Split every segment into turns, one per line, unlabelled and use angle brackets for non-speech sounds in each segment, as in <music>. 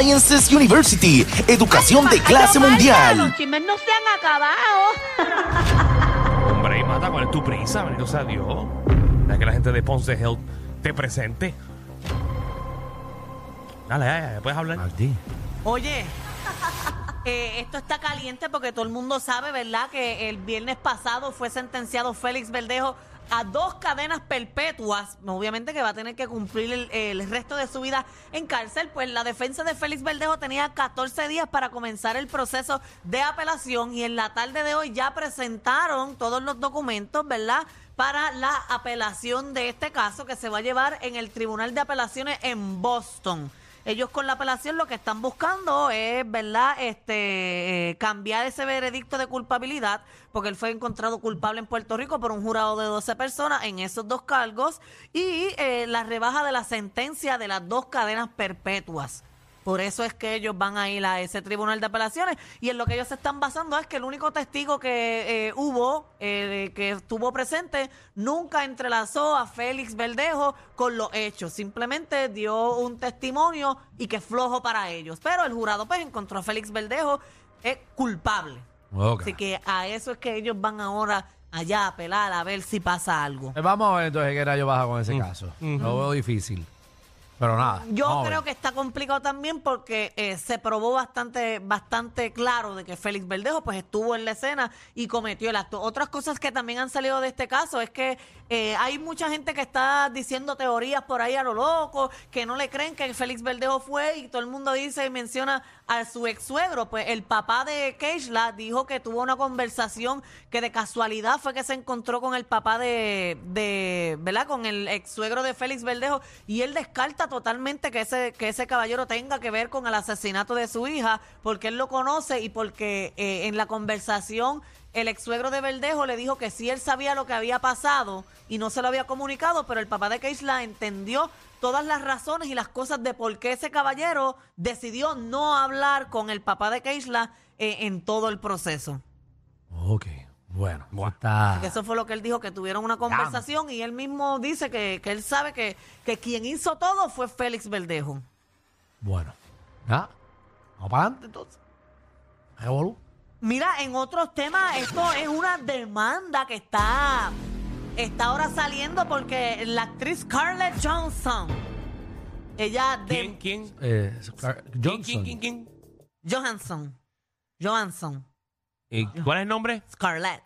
Sciences University, educación de clase
Ay, Marta,
mundial.
Los chismes no se han acabado.
Hombre, mata, ¿cuál es tu prisa? Bendito sea Dios. Ya que la gente de Ponce Health te presente. Dale, dale, dale, puedes hablar.
Oye, <laughs> eh, esto está caliente porque todo el mundo sabe, ¿verdad? Que el viernes pasado fue sentenciado Félix Verdejo a dos cadenas perpetuas. Obviamente que va a tener que cumplir el, el resto de su vida en cárcel. Pues la defensa de Félix Verdejo tenía 14 días para comenzar el proceso de apelación y en la tarde de hoy ya presentaron todos los documentos, ¿verdad? para la apelación de este caso que se va a llevar en el Tribunal de Apelaciones en Boston. Ellos con la apelación lo que están buscando es, ¿verdad?, este eh, cambiar ese veredicto de culpabilidad, porque él fue encontrado culpable en Puerto Rico por un jurado de 12 personas en esos dos cargos, y eh, la rebaja de la sentencia de las dos cadenas perpetuas. Por eso es que ellos van a ir a ese tribunal de apelaciones y en lo que ellos se están basando es que el único testigo que eh, hubo, eh, que estuvo presente, nunca entrelazó a Félix Verdejo con los hechos. Simplemente dio un testimonio y que flojo para ellos. Pero el jurado pues encontró a Félix Verdejo eh, culpable.
Ok.
Así que a eso es que ellos van ahora allá a apelar a ver si pasa algo.
Eh, Vamos a ver entonces qué rayo baja con ese
Mm.
caso. Lo veo difícil. Pero nada.
Yo
vamos a
creo
ver.
que está complicado también porque eh, se probó bastante bastante claro de que Félix Verdejo pues estuvo en la escena y cometió el acto. Otras cosas que también han salido de este caso es que eh, hay mucha gente que está diciendo teorías por ahí a lo loco, que no le creen que Félix Verdejo fue y todo el mundo dice y menciona a su ex suegro. Pues el papá de Keishla dijo que tuvo una conversación que de casualidad fue que se encontró con el papá de, de eh, ¿verdad? Con el ex suegro de Félix Verdejo y él descarta totalmente que ese, que ese caballero tenga que ver con el asesinato de su hija porque él lo conoce y porque eh, en la conversación el ex suegro de Verdejo le dijo que sí él sabía lo que había pasado y no se lo había comunicado, pero el papá de Keishla entendió todas las razones y las cosas de por qué ese caballero decidió no hablar con el papá de Keishla eh, en todo el proceso.
Ok. Bueno.
Buah.
Está...
Que eso fue lo que él dijo, que tuvieron una conversación y él mismo dice que, que él sabe que, que quien hizo todo fue Félix Verdejo.
Bueno. ¿Ah? Vamos para adelante entonces. Ay, boludo.
Mira, en otros temas, esto es una demanda que está, está ahora saliendo porque la actriz Scarlett Johnson, ella de
¿Quién? ¿Quién?
Eh, Scar-
¿Quién?
Johnson.
¿Quién? ¿Quién? quién?
Johansson, Johansson,
Eh, ¿Cuál es el nombre?
Scarlett,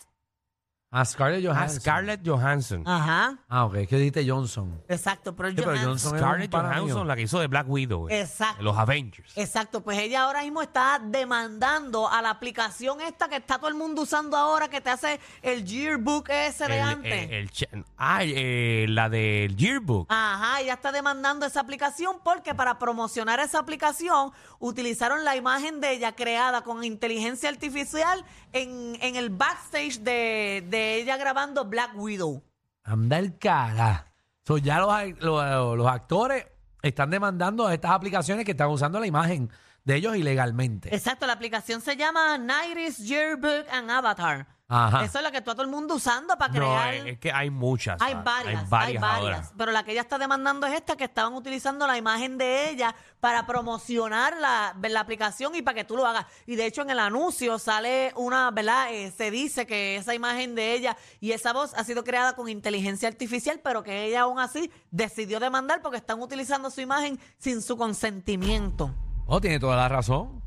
Ah, Scarlett
Ah,
Johansson.
Scarlett Johansson.
ajá,
Ah, ok. ¿Qué dijiste Johnson?
exacto, pero,
pero
Johansson.
Johnson era un
Scarlett
pana mío.
Johansson, la que hizo de Black Widow. eh,
Exacto.
de los Avengers.
Exacto, pues ella ahora mismo está demandando a la aplicación esta que está todo el mundo usando ahora, que te hace el yearbook ese de
El-
antes.
eh, el che- ah, eh, la del
Ah,
Yearbook.
Ajá, ella está demandando esa aplicación porque para promocionar esa aplicación utilizaron la imagen de ella creada con inteligencia artificial en, en el backstage de, de ella grabando Black Widow.
Anda el cara. So, ya los, ac- los, los actores están demandando a estas aplicaciones que están usando la imagen de ellos ilegalmente.
Exacto, la aplicación se llama Nairis Yearbook and Avatar.
Ajá.
Eso es lo que está todo el mundo usando para
No,
crear...
eh, es que hay muchas.
Hay
ah,
varias, hay varias,
ahora.
pero la que ella está demandando es esta que estaban utilizando la imagen de ella para promocionar la, la aplicación y para que tú lo hagas. Y de hecho en el anuncio sale una, ¿verdad? Eh, se dice que esa imagen de ella y esa voz ha sido creada con inteligencia artificial, pero que ella aún así decidió demandar porque están utilizando su imagen sin su consentimiento.
Oh, tiene toda la razón.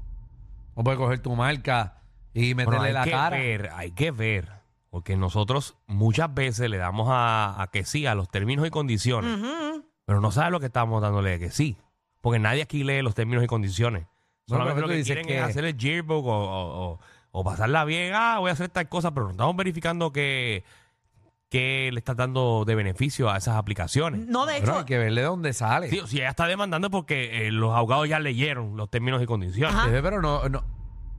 No puede coger tu marca y meterle
Bueno, hay
la
que
cara.
ver, hay que ver. Porque nosotros muchas veces le damos a, a que sí, a los términos y condiciones. Pero no sabe lo que estamos dándole a que sí. Porque nadie aquí lee los términos y condiciones.
No, pero
Solamente
¿qué
lo
tú
que
dices
quieren
que-
es hacer el yearbook o, o- o- o pasarla bien. Ah, voy a hacer tal cosa, pero no estamos verificando que, que le estás dando de beneficio a esas aplicaciones.
No, de
Pero
hecho,
hay que verle dónde sale.
Sí, si ella está demandando porque eh, los abogados ya leyeron los términos y condiciones.
Ajá.
Bebé, Pero no, no.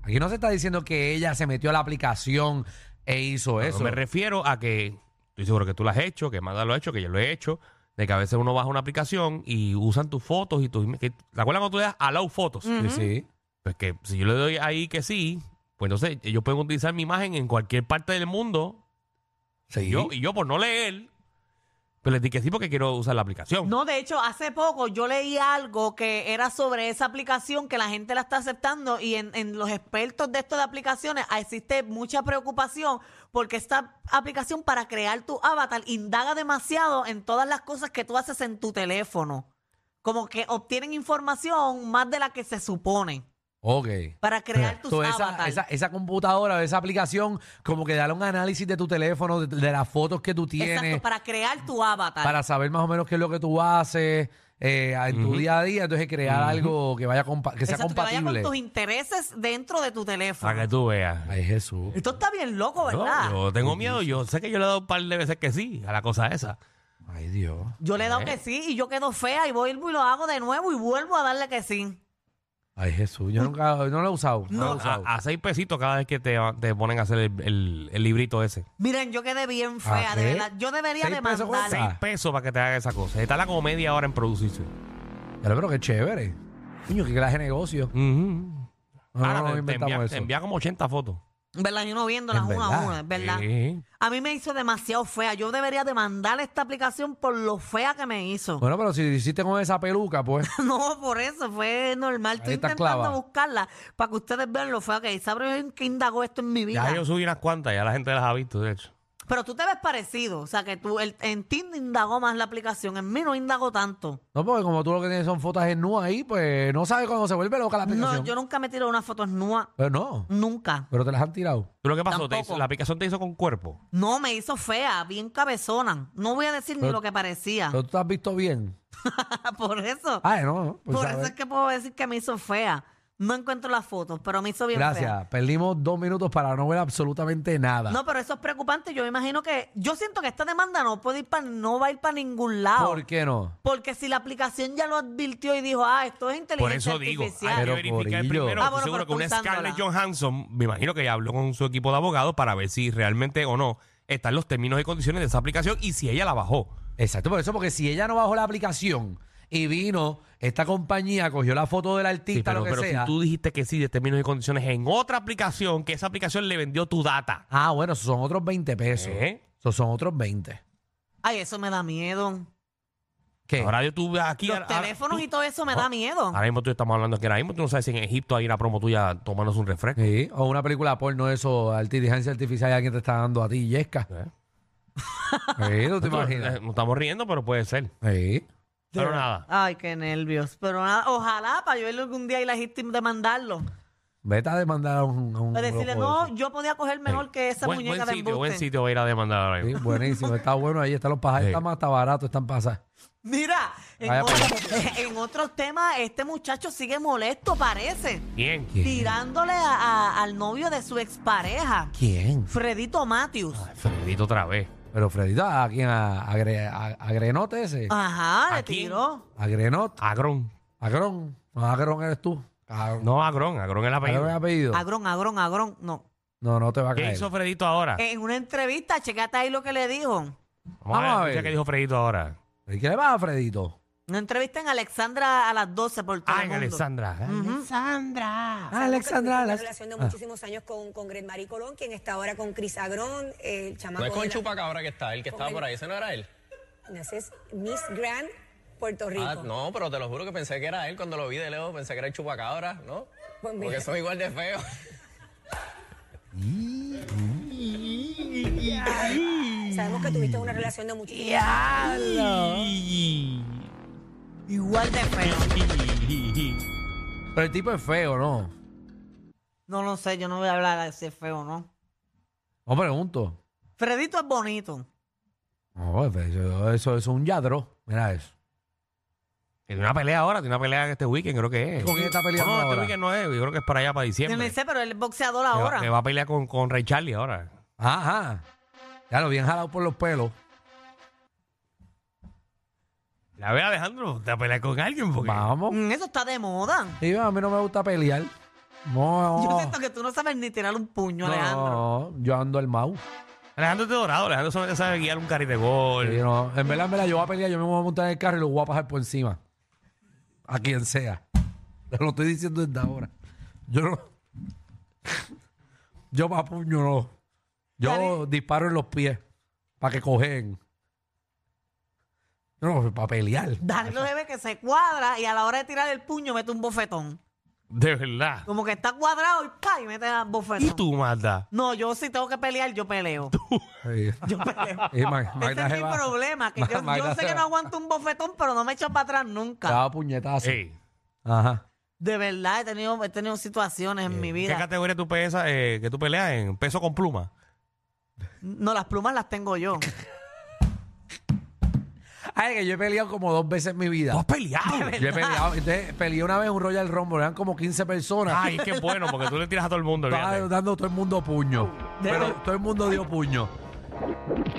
Aquí no se está diciendo que ella se metió a la aplicación e hizo
Pero
eso.
Me refiero a que estoy seguro que tú lo has hecho, que Manda lo ha hecho, que yo lo he hecho, de que a veces uno baja una aplicación y usan tus fotos y tus... Que, ¿Te acuerdas cuando tú le das allow fotos?
Sí, sí.
Pues que si yo le doy ahí que sí, pues entonces ellos pueden utilizar mi imagen en cualquier parte del mundo.
Sí.
Y, yo, y yo por no leer, Pero les dije que sí porque quiero usar la <laughs> aplicación.
No, de hecho, hace poco yo leí algo que era sobre esa aplicación que la gente la está aceptando y en, en los expertos de esto de aplicaciones ah, existe mucha preocupación porque esta aplicación para crear tu avatar indaga demasiado en todas las cosas que tú haces en tu teléfono. Como que obtienen información más de la que se supone
Ok.
para crear tus
So, esa,
avatars.
esa, esa computadora, esa aplicación, como que darle un análisis de tu teléfono, de, de las fotos que tú tienes,
Exacto,
para...
para crear tu avatar.
saber más o menos qué es lo que tú haces eh, en tu día a día. Entonces, crear algo que, vaya compa- que sea
Exacto, que vaya
compatible.
con tus intereses dentro de tu
Para que
teléfono.
tú veas.
Ay, Jesús.
Esto está bien loco,
No,
¿verdad?
yo tengo miedo. Yo sé que yo le he dado un par de veces que sí a la cosa esa.
Ay, Dios.
Yo le he dado que sí y yo quedo fea y vuelvo y lo hago de nuevo y vuelvo a darle que sí.
Ay, Jesús. Yo nunca, no lo he usado. No, lo he
A,
ah,
usado.
a seis pesitos cada vez que te, te ponen a hacer el, el- el librito ese.
Miren, yo quedé bien fea,
¿Ah,
de
qué?
verdad. Yo debería
¿Seis pesos
demandar.
cuesta? Ah.
Peso para que te haga esa cosa. Está la comedia ahora en producirse.
ah.
Pero, pero qué chévere. Niño, que clase de negocio.
Ujú.
No,
Ahora
no,
Ah,
no
te- te,
inventamos
envía,
eso.
te envía como 80 fotos.
¿Verdad? Yo no viéndolas
Es
una a
verdad.
una, es verdad.
Sí.
A mí me hizo demasiado fea. Yo debería demandar esta aplicación por lo fea que me hizo.
Bueno, pero si hiciste con esa
<laughs>
peluca, pues.
<laughs> No, por eso fue normal. Estoy
estás
intentando
clavada.
buscarla para que ustedes vean lo fea que hice. ¿Saben qué indagó esto en mi vida?
Ya yo subí unas cuantas, ya la gente las ha visto, de hecho.
Pero tú te ves parecido. O sea, que tú el- en ti indagó más la aplicación. En mí no indagó tanto.
No, porque como tú lo que tienes son fotos en nu ahí, pues no sabes cuándo se vuelve loca la aplicación.
No, yo nunca me tiro una foto nua.
Pero no.
Nunca.
Pero te las han tirado.
¿Tú lo que pasó? Te
Tampoco.
hizo- la aplicación te hizo con cuerpo.
No, me hizo fea, bien cabezona. No voy a decir ni
Pero-
lo que parecía.
Pero tú te has visto bien.
<laughs> por eso.
Ay, no. no, pues,
por
a
eso
ver.
es que puedo decir que me hizo fea. No encuentro las fotos, pero me hizo bien
Gracias.
fea.
Perdimos dos minutos para no ver absolutamente nada.
No, pero eso es preocupante. Yo me imagino que. Yo siento que esta demanda no puede ir para, no va a ir para ningún lado.
¿Por qué no?
Porque si la aplicación ya lo advirtió y dijo, ah, esto es
Por
inteligencia
eso digo,
artificial.
hay que
Pero,
verificar
corillo.
primero.
Ah,
Estoy
bueno,
seguro que
pero
una Scarlett
usándola.
Johansson, me imagino que ya habló con su equipo de abogados para ver si realmente o no están los términos y condiciones de esa aplicación y si ella la bajó.
Exacto, por eso, porque si ella no bajó la aplicación y vino, esta compañía cogió la foto del artista,
Sí, pero
lo que
pero
sea.
si tú dijiste que sí de términos y condiciones en otra aplicación, que esa aplicación le vendió tu data.
Ah, bueno, esos son otros 20 pesos.
¿Eh?
Esos son otros 20.
Ay, eso me da miedo.
¿Qué?
Ahora yo tú aquí.
Los
ahora-
ah,
teléfonos
tú-
y todo eso
oh,
me da miedo.
Ahora mismo tú estamos hablando que ahora mismo tú no sabes si en Egipto hay una promo tuya tomándose un refresco.
Sí, o una película porno, eso, inteligencia artificial, alguien te está dando a
<laughs>
ti, yesca.
¿Eh?
Sí, ¿tú te
Nosotros, eh,
imaginas?
Nos estamos riendo, pero puede ser.
Sí.
Pero nada.
Ay, qué nervios. Pero nada, ojalá para yo ir algún día y la gente demandarlo.
Vete a demandar a un. a un
Para Pues decirle,
loco
no,
de
yo podía coger mejor que esa
Buen,
muñeca
buen
de
sitio,
embuste.
buen sitio va a ir a demandar ahora mismo.
esos. Sí, buenísimo, está bueno ahí, están los pájaros,
Sí.
está más, está barato, están pasados.
Mira, en,
Vaya,
otro- <laughs>
pues.
en otros temas, este muchacho sigue molesto, parece.
Bien.
¿Quién?
Tirándole a- a- al novio de su expareja,
¿Quién?
Fredito Matthews.
Fredito otra vez.
Pero Fredita, ¿a quién? ¿A, a, Gre- a, a Grenote ese?
Ajá,
¿A
le
quién?
tiró.
¿A Grenot?
Agrón.
¿A Gron? No, a Gron eres tú. A,
No, Agrón. Agrón es la
¿Agrón es
apellido.
apellido?
Agrón, agrón, agrón. No.
No, no te va a
¿Qué
caer.
hizo Fredito ahora?
En una entrevista, checate ahí lo que le dijo.
Vamos a ver.
ver.
¿Qué dijo Fredito ahora?
¿Y qué le pasa a Fredito?
Una entrevista en Alexandra a las 12 por todo
Ah, en Alexandra. Alexandra.
Ah,
Sabemos que tuviste
Alexandra.
Una
las-
relación de
Ah.
muchísimos años con, con Gret Marie Colón, quien está ahora con Cris Agrón, el chamaco.
No es con
de la-
Chupacabra que está, el que estaba
el-
por ahí, ese no era él.
No, ese es Miss Grand Puerto Rico.
Ah, no, pero te lo juro que pensé que era él cuando lo vi de lejos, pensé que era el Chupacabra, ¿no?
Pues mira.
Porque son igual de feos.
<laughs> Sabemos que tuviste una relación de muchísimos
Igual de feo.
Pero el tipo es feo, ¿no?
No lo sé, yo no voy a hablar de si es feo o no.
No pregunto.
Fredito es bonito.
No, pero eso, eso es un yadro. Mira eso.
Tiene una pelea ahora, tiene una pelea este weekend, creo que es.
¿Con quién está peleando
No, este
ahora?
weekend no es, yo creo que es para allá, para
Yo no
diciembre.
sé, pero él es boxeador
Que va-
ahora.
Que va a pelear con, con Ray Charlie ahora.
Ajá. Ya lo bien jalado por los pelos.
La ve Alejandro, te va a pelear con alguien porque...
Vamos.
Mm, Eso está de moda.
Y a mí no me gusta pelear. No,
Yo siento que tú no sabes ni tirar un puño,
no,
Alejandro.
no, yo ando al mouse.
Alejandro es de dorado, Alejandro solamente sabe guiar un carril de
Sí,
gol.
no, En verdad, en verdad, yo voy a pelear, yo me voy a montar en el carro y lo voy a pasar por encima. A quien sea. Te lo estoy diciendo desde ahora. Yo no. Yo pa' puño no. Yo disparo en los pies para que cogen. No, pues, para pelear.
Danilo debe que se cuadra y a la hora de tirar el puño mete un bofetón.
De verdad.
Como que está cuadrado y pa, y mete un bofetón.
¿Y tú, Magda?
No, yo si tengo que pelear, yo peleo.
Sí.
Yo peleo.
<laughs> Y Ma-
Ese
Magda
es
se
mi
va-
problema, que
Ma-
yo,
Magda
yo sé
se
que no
va-
aguanto un bofetón, pero no me echo para atrás nunca.
Daba puñetazo.
Ey,
Ajá.
De verdad, he tenido, he tenido situaciones en mi
¿Qué
vida.
categoría tú pesas, eh, que tú peleas en peso con pluma?
No, las plumas las tengo yo.
Ay, que yo he peleado como dos veces en mi vida.
¿Tú has peleado?
Yo he peleado, entonces peleé una vez un Royal Rumble, eran como 15 personas.
Ay, qué bueno, porque tú le tiras a todo el mundo.
Estaba
olvídate.
dando todo el mundo puño. Pero todo el mundo dio puño.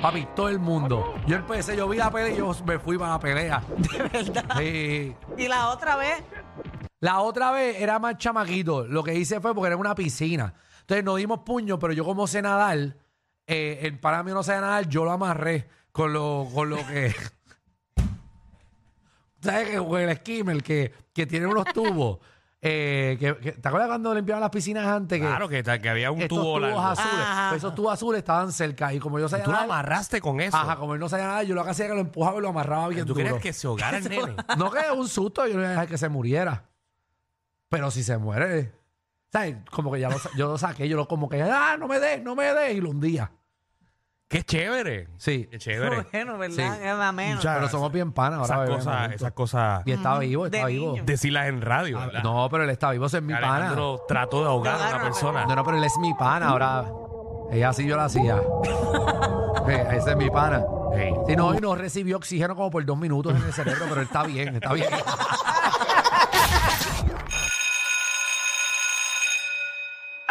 Papi, todo el mundo. Yo empecé, yo vi la pelea y yo me fui para la pelea. De verdad. Sí.
Y la otra vez,
La otra vez era más chamaquito. Lo que hice fue porque era una piscina. Entonces nos dimos puño, pero yo como sé nadar, eh, el para mí no sabe nadar, yo lo amarré con lo, con lo que... <laughs> ¿Sabes que con el skimmer que, que tiene unos tubos? eh, que- que- ¿Te acuerdas cuando limpiaban las piscinas antes? Que
Claro, que, que había un
estos
tubo
tubos
largo.
azules.
Ajá.
pues esos tubos azules estaban cerca. Y como yo sabía
Tú lo
nadar-
amarraste con eso.
Ajá, como él no sabía nada, yo lo que hacía era que lo empujaba y lo amarraba bien
¿Tú
duro.
querías que se hogara
<laughs>
el nene?
No que es un susto, yo no iba a dejar que se muriera. Pero si se muere, ¿sabes? Como que ya lo, sa- yo lo saqué, yo lo como que, ah, no me des, no me des, y lo hundía.
¡Qué chévere!
Sí.
¡Qué chévere!
<laughs> bueno,
Sí.
¿verdad? Es más menos.
Ya,
pero
esa-
somos bien panas ahora.
Esas
bebé,
cosas,
momento.
esas cosas,
Y está vivo, está
De
vivo.
niño.
decirlas en radio, ¿verdad?
Ah, No, pero él está vivo, ese es mi pana.
Alejandro trató de ahogar a una persona.
No, no, pero él es mi pana ahora. Ella sí yo
<laughs>
la hacía. Eh, Ese es mi pana.
Ey.
Si no, hoy no recibió oxígeno como por dos minutos en el cerebro, pero él está bien, está bien.